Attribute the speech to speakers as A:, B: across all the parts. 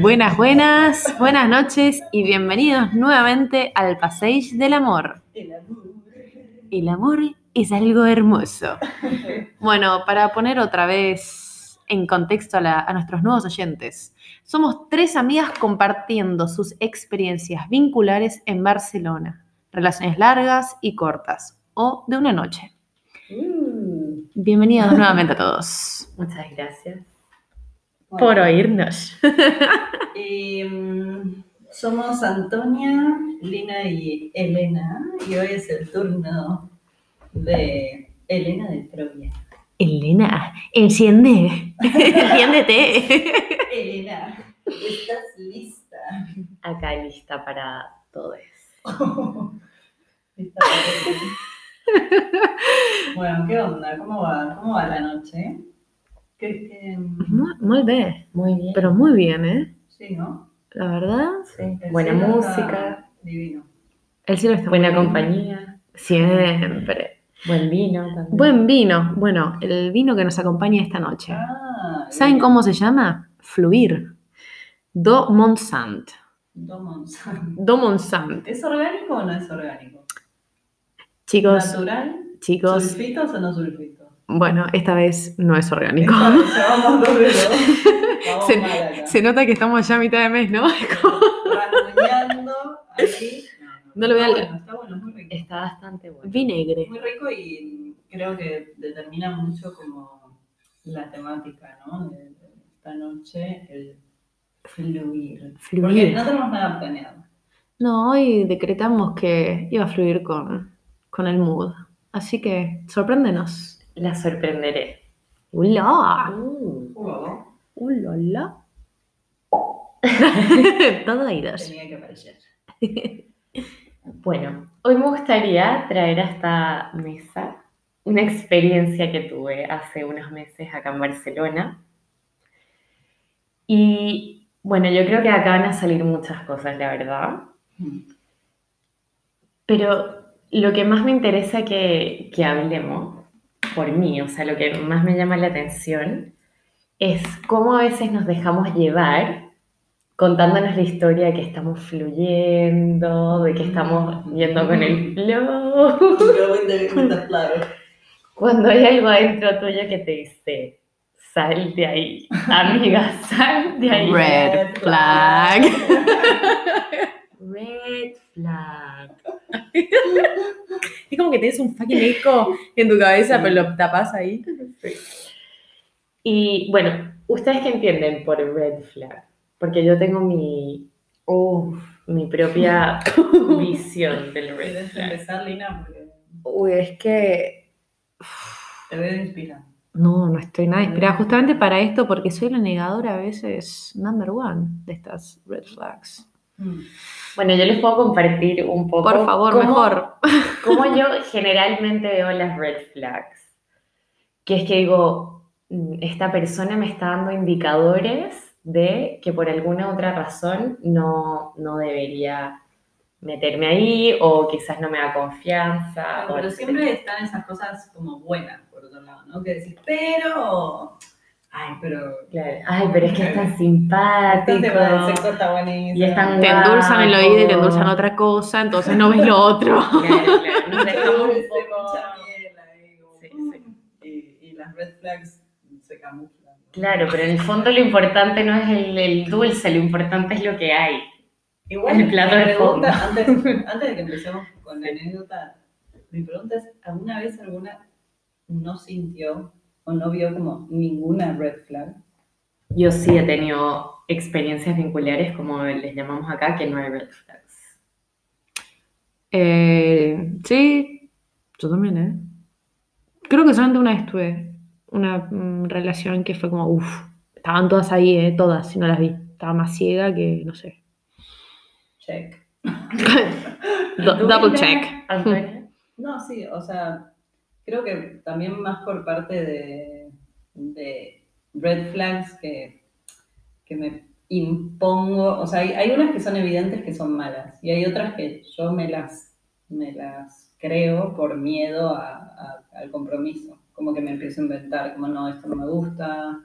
A: Buenas, buenas, buenas noches y bienvenidos nuevamente al Passage del Amor.
B: El amor.
A: El amor es algo hermoso. Bueno, para poner otra vez en contexto a, la- a nuestros nuevos oyentes, somos tres amigas compartiendo sus experiencias vinculares en Barcelona, relaciones largas y cortas, o de una noche.
B: Mm,
A: Bienvenidos nuevamente a todos.
C: Muchas gracias.
A: Por oírnos.
B: Em, somos Antonia, Lina y Elena, y hoy es el turno de Elena de Troya.
A: Elena, enciende. Enciéndete.
B: Elena, ¿estás lista?
C: Acá lista para todos.
B: Lista para- bueno, ¿qué onda? ¿Cómo va? ¿Cómo va la noche? ¿Qué, qué, em,
A: Muy, muy bien,
C: Muy bien.
A: pero muy bien, ¿eh?
B: sí, ¿no?
A: La verdad.
C: Sí.
B: El
C: Buena
B: cielo está
C: música,
B: Divino.
A: El cielo está
C: buena
A: muy bien.
C: compañía,
A: Siempre.
C: buen vino también.
A: Buen vino. Bueno, el vino que nos acompaña esta noche.
B: Ah,
A: ¿Saben
B: bien.
A: cómo se llama? Fluir. Do Monsant.
B: Domons.
A: Do Monsant.
B: ¿Es orgánico o no es orgánico?
A: Chicos,
B: ¿Natural?
A: chicos,
B: ¿Sulfitos o no sulfitos?
A: bueno, esta vez no es orgánico.
B: Esta vez Llevamos dos de dos. Vamos
A: Se-
B: mal acá.
A: Se nota que estamos ya a mitad de mes, ¿no?
B: Rasguñando aquí.
A: No lo voy a
B: Está
A: leer.
B: bueno, está bueno, es muy rico.
C: Está bastante bueno.
A: Vinegre.
B: Muy rico y creo que determina mucho como la temática, ¿no? De de esta noche, el fluir. Porque
A: Fluir.
B: no tenemos nada planeado.
A: No, hoy decretamos que iba a fluir con, con el mood. Así que, sorpréndenos.
C: La sorprenderé.
A: ¡Hola!
C: Uh,
B: Wow,
A: ¡Uh, la, la! Todo oídos.
B: tenía que aparecer.
C: Bueno, hoy me gustaría traer a esta mesa una experiencia que tuve hace unos meses acá en Barcelona. Y bueno, yo creo que acá van a salir muchas cosas, la verdad.
B: Mm.
C: Pero lo que más me interesa que, que hablemos, por mí, o sea, lo que más me llama la atención, es cómo a veces nos dejamos llevar contándonos la historia de que estamos fluyendo, de que estamos yendo con el flow,
B: Going there with the flow.
C: cuando hay algo adentro tuyo que te dice, sal de ahí, amiga, sal de ahí.
A: Red flag.
C: Red flag.
A: Es como que tienes un fucking eco en tu cabeza, pero lo tapas ahí.
C: Y bueno, ¿ustedes qué entienden por red flag? Porque yo tengo mi, mi propia visión del red
B: ¿Quieres
C: flag.
B: empezar, Lina? Porque
A: Uy, es que.
B: te veo inspirada.
A: No, no estoy nada inspirada. Justamente para esto, porque soy la negadora a veces number one de estas red flags.
B: Mm.
C: Bueno, yo les puedo compartir un poco.
A: Por favor,
C: cómo-
A: mejor.
C: Cómo yo generalmente veo las red flags. Que es que digo, "Mm, esta persona me está dando indicadores de que por alguna otra razón no, no debería meterme ahí o quizás no me da
A: Ah,
C: confianza. o
B: Ah, Pero
C: etcétera.
B: siempre están esas cosas como buenas, por otro lado, ¿no? Que decís, pero. Ay, pero.
C: Claro. Ay, pero es que es tan simpático.
B: Bastante para el sector está buenísimo.
C: Y están
A: Te endulzan el oído y te endulzan
C: Guau.
A: otra cosa, entonces no ves lo otro.
C: Claro, claro, nos dejamos
B: Dulce,
C: un poco-
B: mucha miel ahí, como,
C: Sí,
B: mm.
C: sí.
B: Y, y las red flags se camuflan. ¿no?
C: Claro, pero en el fondo lo importante no es el, el dulce, lo importante es lo que hay.
B: Igual,
C: El plato
B: mi
C: de
B: pregunta, antes, antes de que empecemos con la anécdota, mi pregunta es, ¿alguna vez alguna no sintió o no vio como ninguna red flag?
C: Yo sí he tenido experiencias vinculares, como les llamamos acá, que no hay red flags.
A: Eh, sí, yo también, ¿eh? Creo que solamente una vez tuve una mm, relación que fue como, uff, estaban todas ahí, ¿eh? Todas, si no las vi. Estaba más ciega que, no sé.
B: Check.
A: Do-
C: ¿Tú,
A: double
C: Lina,
A: check.
C: Antonia?
B: No, sí, o sea, creo que también más por parte de, de red flags que, que me impongo, o sea, hay, hay unas que son evidentes que son malas y hay otras que yo me las, me las creo por miedo a- a- al compromiso, como que me empiezo a inventar, como no, esto no me gusta,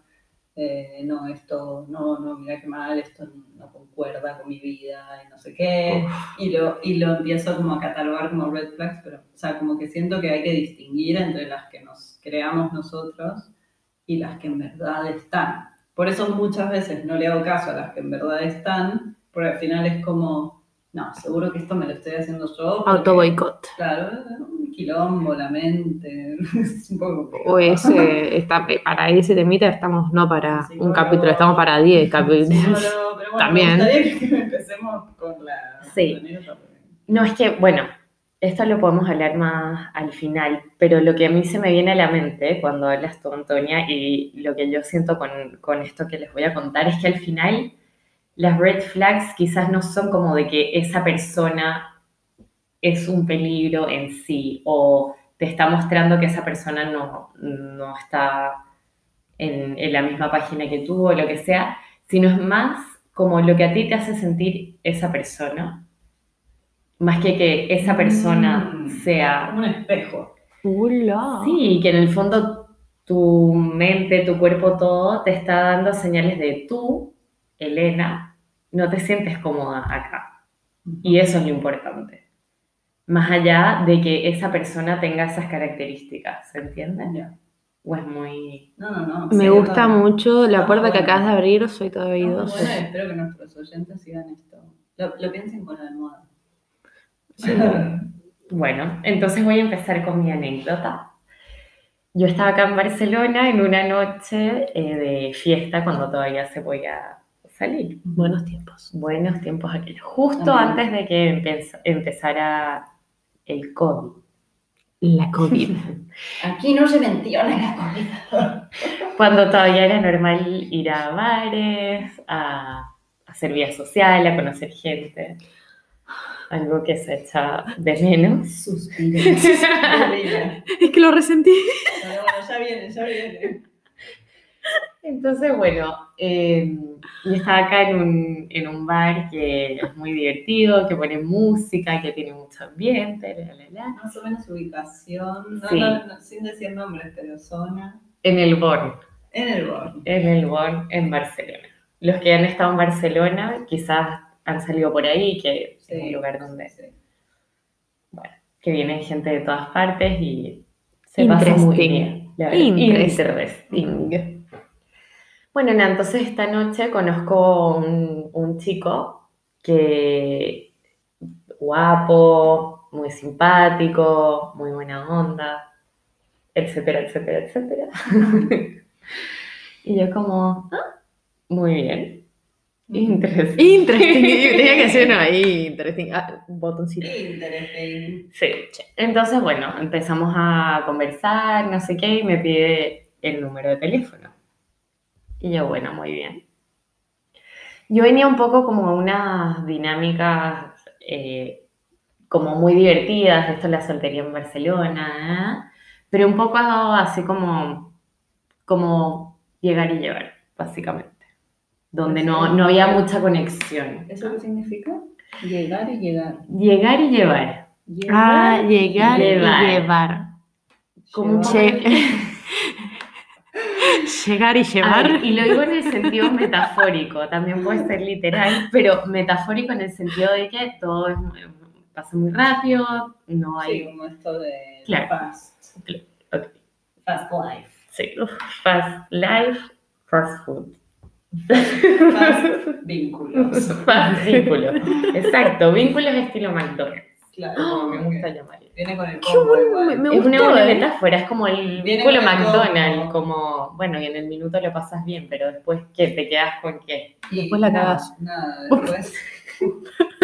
B: eh, no, esto, no, no, mira qué mal, esto no concuerda con mi vida y no sé qué, y lo, y lo empiezo como a catalogar como red flags, pero, o sea, como que siento que hay que distinguir entre las que nos creamos nosotros y las que en verdad están. Por eso muchas veces no le hago caso a las que en verdad están, porque al final es como, no, seguro que esto me lo estoy haciendo yo. porque,
A: Auto boicot.
B: Claro, un quilombo, la mente, es un poco complicado.
A: O ese, está, eh, para ese temita estamos no para
B: Sí,
A: un
B: claro.
A: capítulo, estamos para 10 capítulos.
B: Solo, pero bueno,
A: También.
B: Me gustaría que empecemos con la
C: Sí.
B: con esa, porque-
C: No, es que, bueno, esto lo podemos hablar más al final, pero lo que a mí se me viene a la mente cuando hablas tú, Antonia, y lo que yo siento con, con esto que les voy a contar es que al final las red flags quizás no son como de que esa persona es un peligro en sí o te está mostrando que esa persona no, no está en, en la misma página que tú o lo que sea, sino es más como lo que a ti te hace sentir esa persona, más que que esa persona
B: Mm.
C: sea...
B: Como un espejo.
A: Hola.
C: Sí, que en el fondo tu mente, tu cuerpo, todo te está dando señales de tú, Elena, no te sientes cómoda acá. Y eso es lo importante. Más allá de que esa persona tenga esas características, ¿se entiende?
B: Ya.
C: O es muy...
B: No, no, no.
A: Me
B: sí,
A: gusta
B: no, no.
A: mucho la
B: Ah,
A: puerta que
B: bueno.
A: acabas de abrir, soy todo
B: Ah,
A: oídos.
B: bueno, espero que nuestros oyentes sigan esto. Lo, lo piensen con la almohada.
A: Sí.
C: Bueno, entonces voy a empezar con mi anécdota. Yo estaba acá en Barcelona en una noche eh, de fiesta cuando todavía se podía salir.
A: Buenos tiempos.
C: Buenos tiempos aquellos. Justo
B: Amén.
C: antes de que empe- empezara el COVID.
A: La COVID.
B: Aquí no se menciona la comida.
C: Cuando todavía era normal ir a bares, a, a hacer vida social, a conocer gente. Algo que se echa de menos.
B: Suspiré. Horrible.
A: es que lo resentí.
B: Pero bueno, ya viene, ya viene.
C: Entonces, bueno, eh, yo estaba acá en un, en un bar que es muy divertido, que pone música, que tiene mucho ambiente, la, la, la.
B: Más o menos ubicación. No,
C: Sí.
B: no, no, sin decir nombres, pero zona.
C: En el Born.
B: En el Born.
C: en el Born en Barcelona. Los que han estado en Barcelona quizás han salido por ahí, que
B: Sí.
C: es un lugar donde
B: Sí.
C: que viene gente de todas partes y se pasa muy
A: Interesting.
C: bien. la verdad.
A: Interesting.
C: Interesting. Bueno, nada, entonces esta noche conozco un, un chico que guapo, muy simpático, muy buena onda, etcétera, etcétera, etcétera. y yo como, ah, muy bien. Interesting.
A: Interesting. Y Tenía que hacer uno ahí. Interesting. Ah, botoncito.
B: Interesting.
C: Sí. Entonces, bueno, empezamos a conversar, no sé qué, y me pide el número de teléfono. Y yo, bueno, muy bien. Yo venía un poco como a unas dinámicas eh, como muy divertidas, esto es la soltería en Barcelona, ¿eh? pero un poco así como, como llegar y llevar, básicamente, donde no, no había mucha conexión.
B: ¿Eso qué significa? Llegar y llegar.
C: Llegar y llevar.
B: Llegar,
A: Ah, llegar
C: Llevar.
A: y llevar.
C: como-
B: llevar.
A: Lle- llegar y
C: A
A: llevar.
C: ver, y lo digo en el sentido metafórico, también puede ser literal, pero metafórico en el sentido de que todo es muy- pasa muy rápido, no
B: Sí,
C: hay...
B: como esto de
C: Claro.
B: fast.
C: Claro, ok.
B: Fast life.
C: sí, uf, fast life, fast food.
B: Fast vínculos.
C: Fast vínculo. Exacto, vínculos estilo McDonald's,
B: Claro.
C: como me
B: como que
C: gusta llamarlo.
B: Viene con el
A: Qué
B: combo
A: bueno,
B: igual.
A: me- me
C: Es una
A: gustó,
C: buena
A: ¿eh?
C: metáfora, es como el
B: Viene
C: vínculo
B: con el
C: McDonald's,
B: combo.
C: como, bueno, y en el minuto lo pasas bien, pero después, ¿qué? ¿Te quedas con qué?
B: Y
A: después la
B: nada,
A: cagás.
B: Nada, después.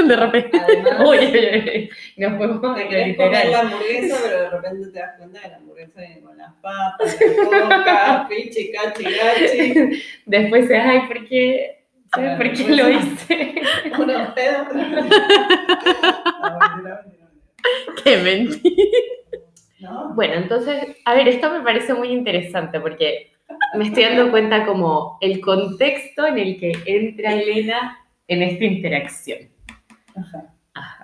A: De repente.
B: Además,
C: Uy, uy, uy, nos fuimos
B: te
C: de
B: querés comer
C: literal.
B: la hamburguesa, pero de repente te das cuenta que la hamburguesa viene con las papas, la coca, pichi, cachi, gachi.
C: Después se, ay, ¿por qué? ¿Sabes
B: Ah,
C: por qué
B: pues
C: lo hice?
B: Unos pedos. No, mentira, mentira, mentira.
A: Qué mentira.
B: No,
C: Bueno, entonces, a ver, esto me parece muy interesante porque me estoy dando cuenta como el contexto en el que entra Elena en esta interacción.
B: ajá.
C: Ajá.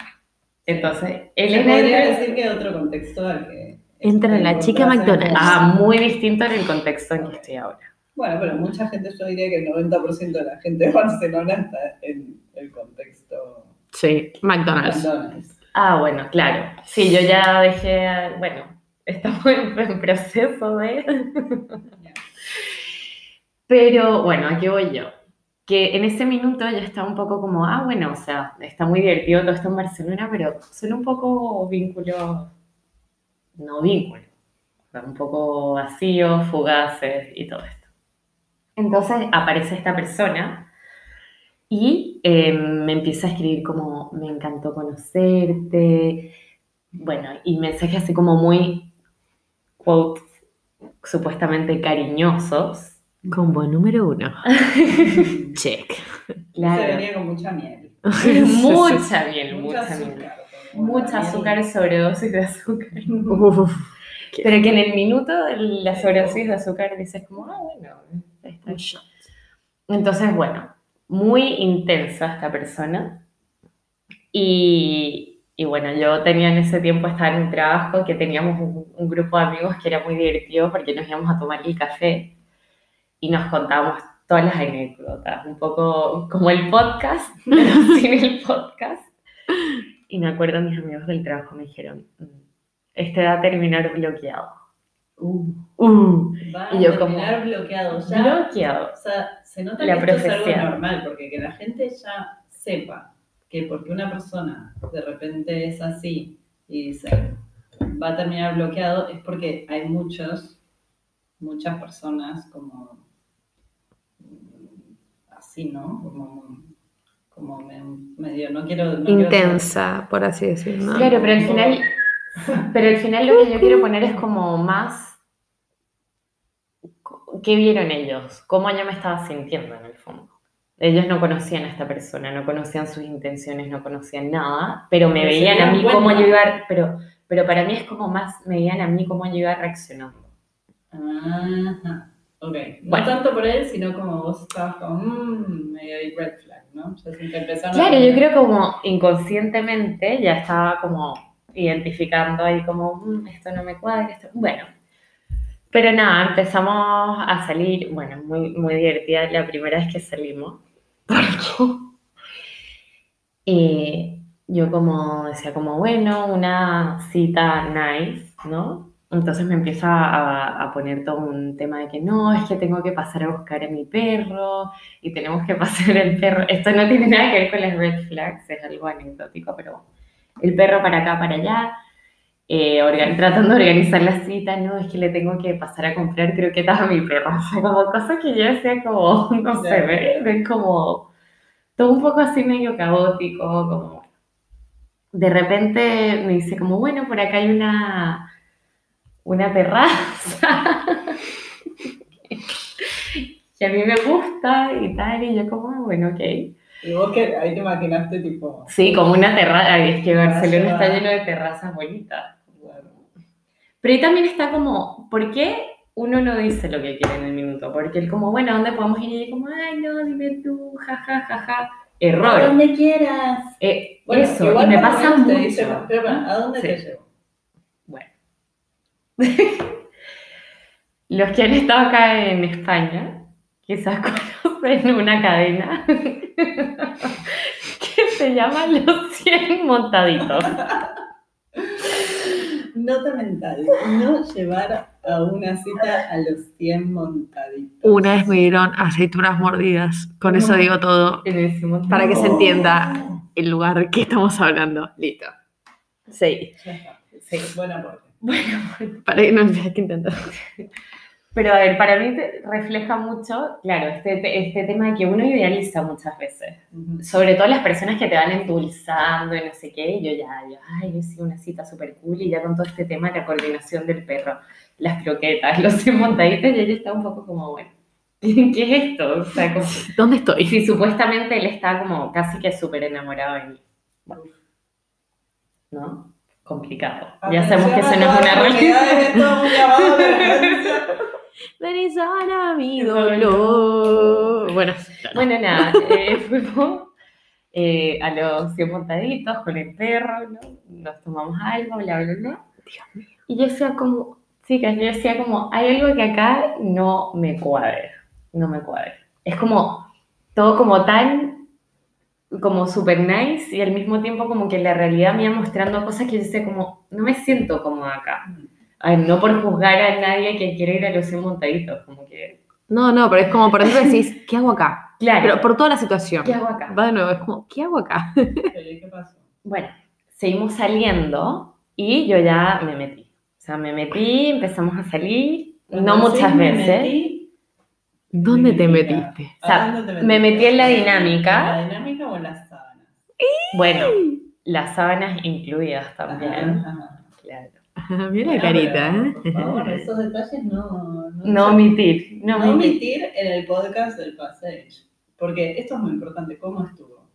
C: Entonces,
B: Se
C: Elena
B: podría
C: entra...
B: decir que otro contexto al que.
A: Entra la chica
B: encontrás en
A: McDonald's.
B: el-
C: Ah, muy distinto en el contexto en que estoy ahora.
B: Bueno, pero mucha gente, yo diría que el 90% de la gente de Barcelona está en el contexto
A: Sí, McDonald's.
B: McDonald's.
C: Ah, bueno, claro. Sí, yo ya dejé, bueno, estamos en, en proceso de... Pero bueno, aquí voy yo. Que en ese minuto yo estaba un poco como, ah, bueno, o sea, está muy divertido todo esto en Barcelona, pero son un poco vínculos, no vínculos, son un poco vacíos, fugaces y todo esto. Entonces aparece esta persona y eh, me empieza a escribir como, me encantó conocerte, bueno, y mensajes así como muy, quote, supuestamente cariñosos.
A: Combo número uno. Check.
B: Se
C: Claro.
B: venía con mucha miel.
C: mucha miel, mucha, miel.
B: azúcar. como
C: Mucha
B: la
C: azúcar, sobredosis de azúcar.
B: miel.
A: Uf,
C: Pero que en el minuto de la sobredosis de azúcar dices como, ah, bueno, está bien. Entonces, bueno, muy intensa esta persona. Y, y bueno, yo tenía en ese tiempo, estaba en un trabajo que teníamos un, un grupo de amigos que era muy divertido porque nos íbamos a tomar el café y nos contábamos todas las anécdotas, un poco como el podcast, pero sin el podcast. Y me acuerdo, mis amigos del trabajo me dijeron, "Mm, este va a terminar bloqueado.
B: Uh,
A: uh.
B: va
C: Y yo
B: a
C: como-
B: terminar bloqueado ya.
C: Bloqueado.
B: O sea, se nota
C: La
B: que esto es
C: profecía.
B: algo normal, porque que la gente ya sepa que porque una persona de repente es así y dice, va a terminar bloqueado, es porque hay muchos, muchas personas como mm, así, ¿no? Como, como me- medio, no quiero... no quiero-
A: Intensa, por así decirlo.
C: Claro, pero al final, pero al final lo que yo quiero poner es como más qué vieron ellos, cómo yo me estaba sintiendo en el fondo. Ellos no conocían a esta persona, no conocían sus intenciones, no conocían nada, pero me
B: Pero se
C: veían a
B: dieron
C: mí cómo
B: cuenta.
C: llegar, pero, pero para mí es como más, me veían a mí cómo llegar reaccionando.
B: Ajá. Ok, no
C: Bueno.
B: tanto por él, sino como vos estabas como, mmm, medio ahí red flag, ¿no? Ya se te empezaron a-
C: Claro, yo creo como inconscientemente ya estaba como identificando ahí como, "Mm, esto no me cuadra, esto... Bueno, pero nada, empezamos a salir, bueno, muy, muy divertida la primera vez que salimos, porque eh, yo como decía como, bueno, una cita nice, ¿no? Entonces me empieza a, a poner todo un tema de que no, es que tengo que pasar a buscar a mi perro, y tenemos que pasar el perro. Esto no tiene nada que ver con las red flags, es algo anecdótico, pero bueno. el perro para acá, para allá, eh, organ- tratando de organizar la cita, no, es que le tengo que pasar a comprar croquetas a mi perro. O sea, como cosas que yo hacía como, no sé, me- me como todo un poco así medio caótico, como... De repente me dice como, bueno, por acá hay una, una terraza. que a mí me gusta y tal, y yo como, ah, bueno, ok.
B: Y vos que ahí te imaginaste tipo...
C: Sí, como una terraza, es que Barcelona
B: Terraza.
C: está lleno de terrazas bonitas. Pero ahí también está como, ¿por qué uno no dice lo que quiere en el minuto? Porque él como, bueno, ¿a dónde podemos ir? Y yo como, ay, no, dime tú, jajaja, ja, ja, ja. Error.
B: Donde quieras.
C: Eh,
B: Bueno,
C: eso,
B: igual
C: y me
B: cuando
C: pasa
B: ellos te
C: mucho.
B: dicen, "Pepa, ¿A dónde
C: Sí.
B: te llevo?
C: Los que han estado acá en España, quizás conocen una cadena que se llama Los 100 Montaditos.
B: Nota mental, no llevar a una cita a los 100 montaditos.
A: Una vez me dieron aceitunas mordidas. Con eso digo todo.
C: En el 100 montaditos.
A: Para que se entienda. El lugar que estamos hablando. Listo. Sí.
B: Ya está. Sí, buen aporte.
A: Para que no hay que intentar.
C: Pero a ver, para mí te- refleja mucho, claro, este, te- este tema que uno idealiza muchas veces.
B: Ujú.
C: Sobre todo las personas que te van endulzando y no sé qué. Y yo ya, yo, ay, yo hice una cita súper cool y ya con todo este tema de la coordinación del perro, las croquetas, los montaditos, yo ya estaba un poco como, bueno, ¿qué es esto? O sea, como,
A: ¿Dónde
C: y
A: estoy?
C: si supuestamente él está como casi que súper enamorado de mí. Bueno, ¿No? Complicado. Ya sabemos que eso no es una realidad.
B: realidad.
A: Ven y sana mi dolor. Bueno,
C: Bueno, nada, eh, fuimos eh, a los 100 montaditos con el perro, ¿no? Nos tomamos algo, bla, bla, bla. Y yo decía como, chicas, yo decía como, hay algo que acá no me cuadra. no me cuadra. Es como todo como tan, como super nice y al mismo tiempo como que la realidad me iba mostrando cosas que yo decía como, no me siento cómoda acá. Ay, no por juzgar a nadie que quiere ir a los 100 montaditos, como que...
A: No, no, pero es como, por ejemplo, decís, ¿qué hago acá?
C: Claro,
A: Pero por toda la situación.
C: ¿qué hago acá?
A: Va de nuevo, es como, ¿qué hago acá?
B: Pero, ¿y ¿Qué pasó?
C: Bueno, seguimos saliendo y yo ya me metí. O sea, me metí, empezamos a salir,
B: Cuando
C: no muchas
B: Ah, sí me
C: veces.
B: metí,
A: ¿Dónde te
B: Mira.
A: metiste?
B: ¿a
C: O sea,
B: dónde te
C: me metí en la dinámica.
B: ¿En la dinámica o en las sábanas?
C: Bueno, las sábanas incluidas también.
B: Ajá, ajá.
C: Claro.
A: Ajá, Mira la
B: No,
A: carita,
B: pero,
A: ¿eh?
B: Por favor, esos detalles no...
C: No omitir, no
B: no
C: omitir.
B: omitir en el podcast del Passage, porque esto es muy importante, ¿cómo estuvo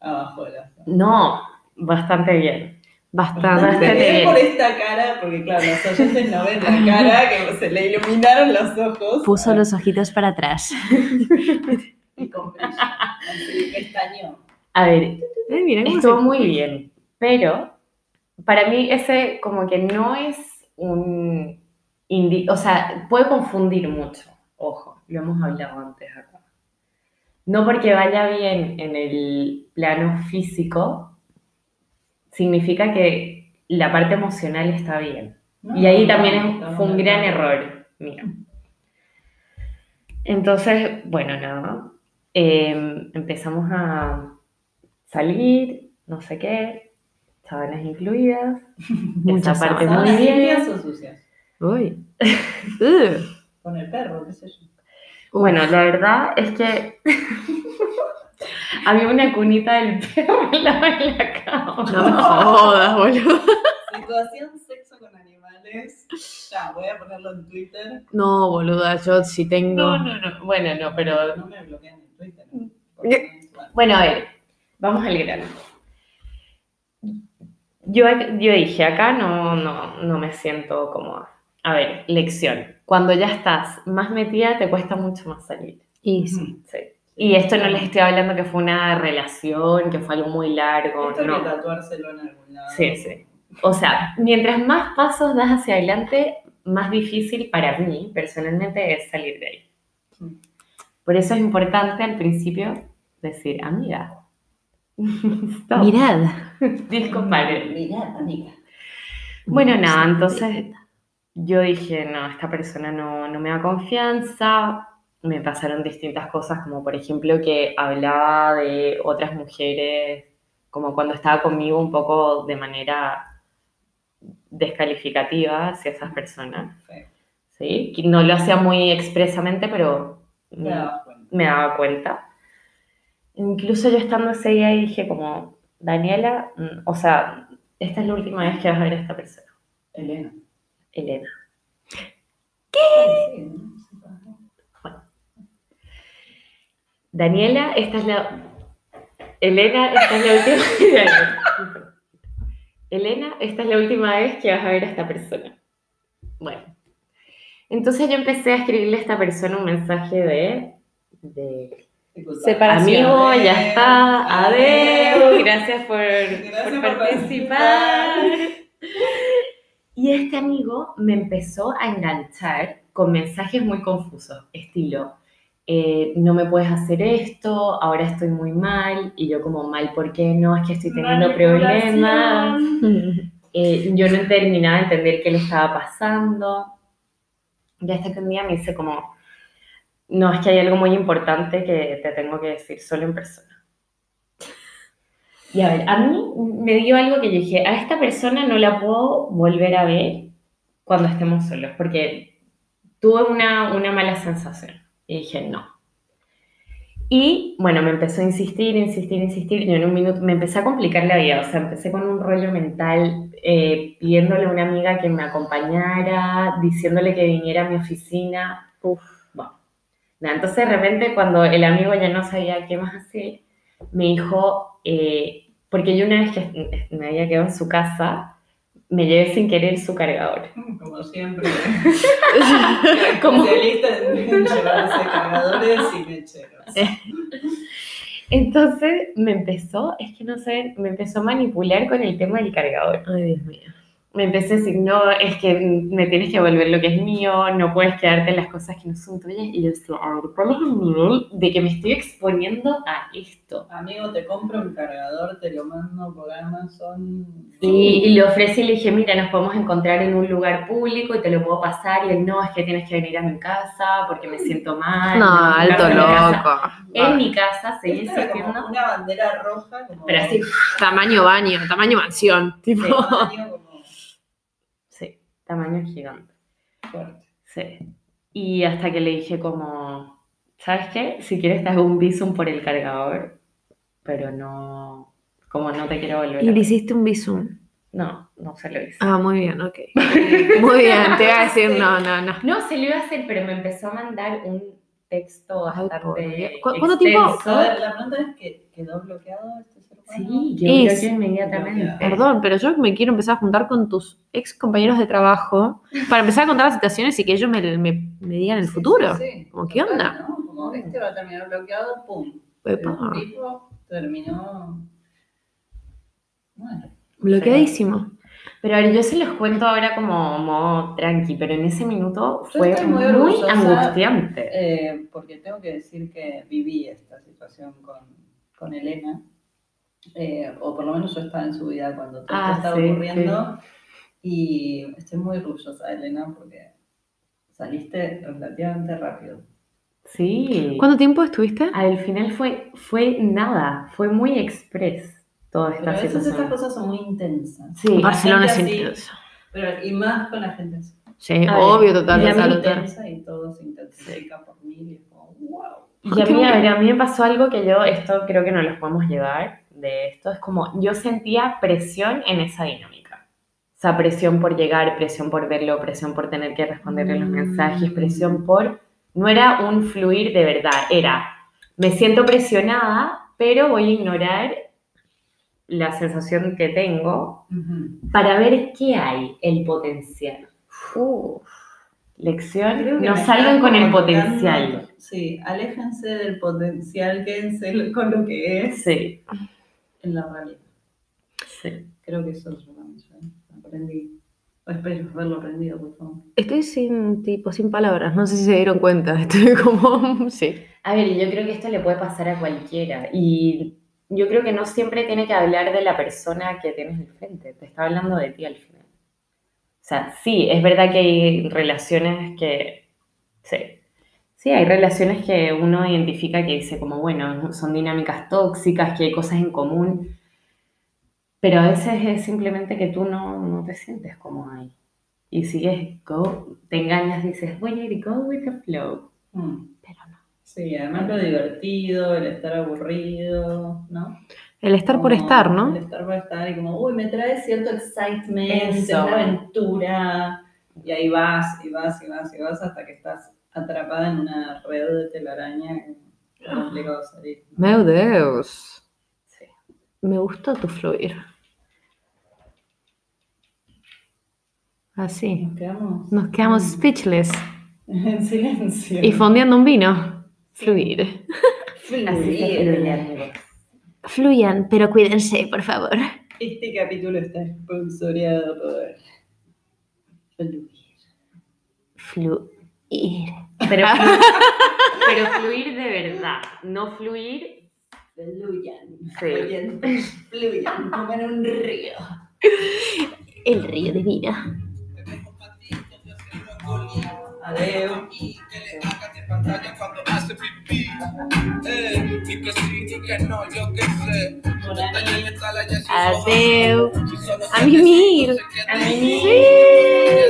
B: abajo de la zona?
C: No, bastante bien.
A: Bastante.
C: Bastante.
B: Ve
C: bien.
B: por esta cara, porque claro, los oyentes no ven la cara, que se le iluminaron los ojos.
A: Puso los ojitos para atrás.
B: Y con brillo, así, pestañeó.
C: A ver,
A: Eh, mirá cómo
C: Estuvo
A: se-
C: muy bien, pero para mí ese como que no es un... indi- o sea, puede confundir mucho, ojo, lo hemos hablado antes acá. No porque vaya bien en el plano físico, significa que la parte emocional está bien.
B: No,
C: Y ahí
B: no,
C: también
B: no,
C: fue
B: no,
C: un
B: no.
C: gran error mío. Entonces, bueno, nada. eh, empezamos a salir, no sé qué, sábanas incluidas.
A: Muchas
C: esa parte
A: sábanas.
B: ¿Sábanas
C: muy bien.
B: limpias o sucias?
A: Uy. Uh.
B: Con el perro, qué sé yo.
C: Bueno, la verdad es que había una cunita del perro al lado de la cama.
A: No me jodas, boludo.
B: Situación sexo con animales. Ya, voy a ponerlo en Twitter.
A: No, boluda, yo sí tengo.
C: No, no, no. Bueno, no, pero
B: No me bloquean en Twitter. ¿no? Porque-
C: Bueno, a ver, vamos al grano. Yo, yo dije, acá no, no, no me siento cómoda. A ver, lección. Cuando ya estás más metida, te cuesta mucho más salir.
A: Y sí.
B: Ujú.
C: Sí. Y esto no les estoy hablando que fue una relación, que fue algo muy largo,
B: Esto hay que
C: no.
B: tatuárselo en algún lado.
C: Sí, sí. O sea, mientras más pasos das hacia adelante, más difícil para mí, personalmente, es salir de ahí.
B: Sí.
C: Por eso es importante al principio decir, amiga, stop.
A: Mirad.
C: Disco padre.
B: Mirá, amiga.
C: Bueno, nada,
A: Sí.
C: entonces yo dije, no, esta persona no, no me da confianza. Me pasaron distintas cosas, como por ejemplo que hablaba de otras mujeres, como cuando estaba conmigo un poco de manera descalificativa hacia esas personas.
B: Feo.
C: ¿sí? Que No lo hacía muy expresamente, pero
B: Te dabas cuenta.
C: me daba cuenta. Incluso yo estando ese día y dije como, Daniela, mm, o sea, esta es la última vez que vas a ver a esta persona,
B: Elena.
C: Elena.
B: Sí, ¿no? Sí, pasa.
C: Daniela, esta es la... Elena, esta es la última... Elena, esta es la última vez que vas a ver a esta persona. Bueno. Entonces yo empecé a escribirle a esta persona un mensaje de... de
B: Disculpa.
A: Separación.
C: Amigo, ya está,
B: Adeu.
C: adiós, gracias por,
B: Gracias
C: por
B: por
C: participar.
B: participar.
C: Y este amigo me empezó a enganchar con mensajes muy confusos, estilo, eh, no me puedes hacer esto, ahora estoy muy mal, y yo como mal, ¿por qué no? Es que estoy teniendo problemas. Eh, yo no terminaba de entender qué le estaba pasando. Y hasta que un día me dice como, no, es que hay algo muy importante que te tengo que decir solo en persona. Y a ver, a mí me dio algo que yo dije, a esta persona no la puedo volver a ver cuando estemos solos, porque tuve una, una mala sensación. Y dije, no. Y bueno, me empezó a insistir, insistir, insistir. Yo en un minuto me empecé a complicar la vida. O sea, empecé con un rollo mental, eh, pidiéndole a una amiga que me acompañara, diciéndole que viniera a mi oficina. Uf, bueno. Nada, entonces de repente cuando el amigo ya no sabía qué más hacer, me dijo, eh, porque yo una vez que me había quedado en su casa, me llevé sin querer su cargador.
B: Como siempre.
C: Como-
B: Especialista en llevarse cargadores y mecheros.
C: Eh. Entonces me empezó, es que no sé, me empezó a manipular con el tema del cargador.
A: Ay, Dios mío.
C: me empecé a decir, no, es que me tienes que volver lo que es mío, no puedes quedarte en las cosas que no son tuyas. Y yo decía, a ver, ¿cuál es el nivel de que me estoy exponiendo a esto?
B: Amigo, te compro un cargador, te lo mando por Amazon.
C: Y, y le ofrecí y le dije, mira, nos podemos encontrar en un lugar público y te lo puedo pasar. Y él, no, es que tienes que venir a mi casa porque me siento mal.
A: No,
C: nunca
A: alto
C: fui a mi casa.
A: loco.
C: En mi casa seguí
B: Esta era como
C: existiendo,
B: una bandera roja. Como
C: pero así,
A: Tamaño baño, tamaño mansión. Tipo.
B: de tamaño como
C: sí, tamaño gigante.
B: fuerte.
C: Sí. Y hasta que le dije como, ¿sabes qué? Si quieres te hago un visum por el cargador, pero no, como no te quiero volver.
A: Y
C: a-
A: le hiciste un bisum.
C: No, no se lo hice.
A: Ah, muy bien, ok. Muy bien, te iba a decir, no, no, no.
C: No, se lo iba a hacer, pero me empezó a mandar un texto
A: Ay, por Dios.
C: bastante
A: ¿Cu- cuánto tiempo?
B: A
C: extenso.
B: ver, la pregunta es que quedó bloqueado este ser humano.
C: Sí, yo
A: Y
C: bloqueé
A: sí.
C: inmediatamente.
A: Perdón, pero yo me quiero empezar a juntar con tus ex compañeros de trabajo para empezar a contar las situaciones y que ellos me, me- me digan el
B: Sí,
A: futuro.
B: sí, sí.
A: Como, ¿qué
B: Total,
A: onda? Ah.
B: ¿no? Como este va a terminar bloqueado, pum.
A: Epa,
B: El tipo terminó. Bueno,
A: bloqueadísimo.
C: Pero a ver, yo se los cuento ahora como modo tranqui, pero en ese minuto
B: Yo
C: fue
B: estoy muy
C: muy,
B: orgullosa.
C: angustiante.
B: eh, porque tengo que decir que viví esta situación con, con Elena, eh, o por lo menos yo estaba en su vida cuando todo
C: Ah,
B: esto estaba
C: sí,
B: ocurriendo, y estoy muy orgullosa de Elena porque saliste relativamente rápido.
C: Sí.
A: ¿Cuánto tiempo estuviste?
C: Al final fue, fue nada, fue muy express toda
B: Pero a
C: esta
B: veces estas
C: situación.
B: cosas son muy intensas,
C: Sí,
A: Barcelona es
B: gente así.
A: intenso.
B: pero, y más con la gente así.
A: Sí,
C: A ver,
A: obvio,
C: y a
A: total,
C: mí
A: total,
B: Muy
A: total.
B: intensa y todo se intensifica por mil y es como, wow.
C: y a mí, a ver, a mí me pasó algo que yo, esto creo que no los podemos llevar de esto, es como yo sentía presión en esa dinámica. O sea, presión por llegar, presión por verlo, presión por tener que responderle los
A: Mm.
C: mensajes, presión por... No era un fluir de verdad, era, me siento presionada, pero voy a ignorar la sensación que tengo para ver qué hay el potencial.
B: Creo
C: Lección,
B: que
C: no
B: me
C: salgan
B: están
C: con el
B: como
C: potencial.
B: tocando- Sí, aléjense del potencial, quédense lo- con lo que es
C: Sí,
B: en la realidad.
C: sí.
B: Creo que eso es lo que yo aprendí. O espero haberlo aprendido, por favor.
A: Estoy sin, tipo, sin palabras, no sé si se dieron cuenta. Estoy como, sí.
C: A ver, yo creo que esto le puede pasar a cualquiera y yo creo que no siempre tiene que hablar de la persona que tienes enfrente, te está hablando de ti al final. O sea, sí, es verdad que hay relaciones que, sí, sí, hay relaciones que uno identifica que dice como, bueno, son dinámicas tóxicas, que hay cosas en común, pero a veces es simplemente que tú no, no te sientes como ahí. Y sigues, go, te engañas, dices, voy a ir, go with the flow.
A: Pero no.
B: Mm. Sí, además lo divertido, el estar aburrido, ¿no?
A: El estar por
B: Como
A: estar,
B: El
A: ¿no?
B: estar por estar y como, uy, me trae cierto excitement, es
C: Eso.
B: una aventura. Y ahí vas, y vas, y vas, y vas hasta que estás atrapada en una red de telaraña que
A: Ah.
B: es complicado salir. ¿no?
A: Meu Deus.
C: Sí.
A: Me gustó tu fluir. Así.
B: Nos quedamos
A: Nos quedamos speechless
B: en silencio.
A: y fondeando un vino. Fluir.
C: Así
B: Sí.
C: que fluye, amigos.
A: Fluyan, pero cuídense, por favor.
B: Este capítulo está sponsoreado por Fluir.
A: Fluir.
C: Pero, flu- pero fluir de verdad, no fluir.
B: Fluyan.
C: Sí.
B: Fluyan. Fluyan. Como en un río.
A: El río de vida.
B: Adeo.
D: Hágate pantalla cuando hace pipí. Eh, y que sí, y que no, yo qué sé.
B: Hola.
D: Dale, dale, ya si
A: Adeu.
D: solo- si solo
A: A
D: se
A: mimir.
D: necesita, se queda
C: A
D: ahí.
C: mimir.
D: Sí.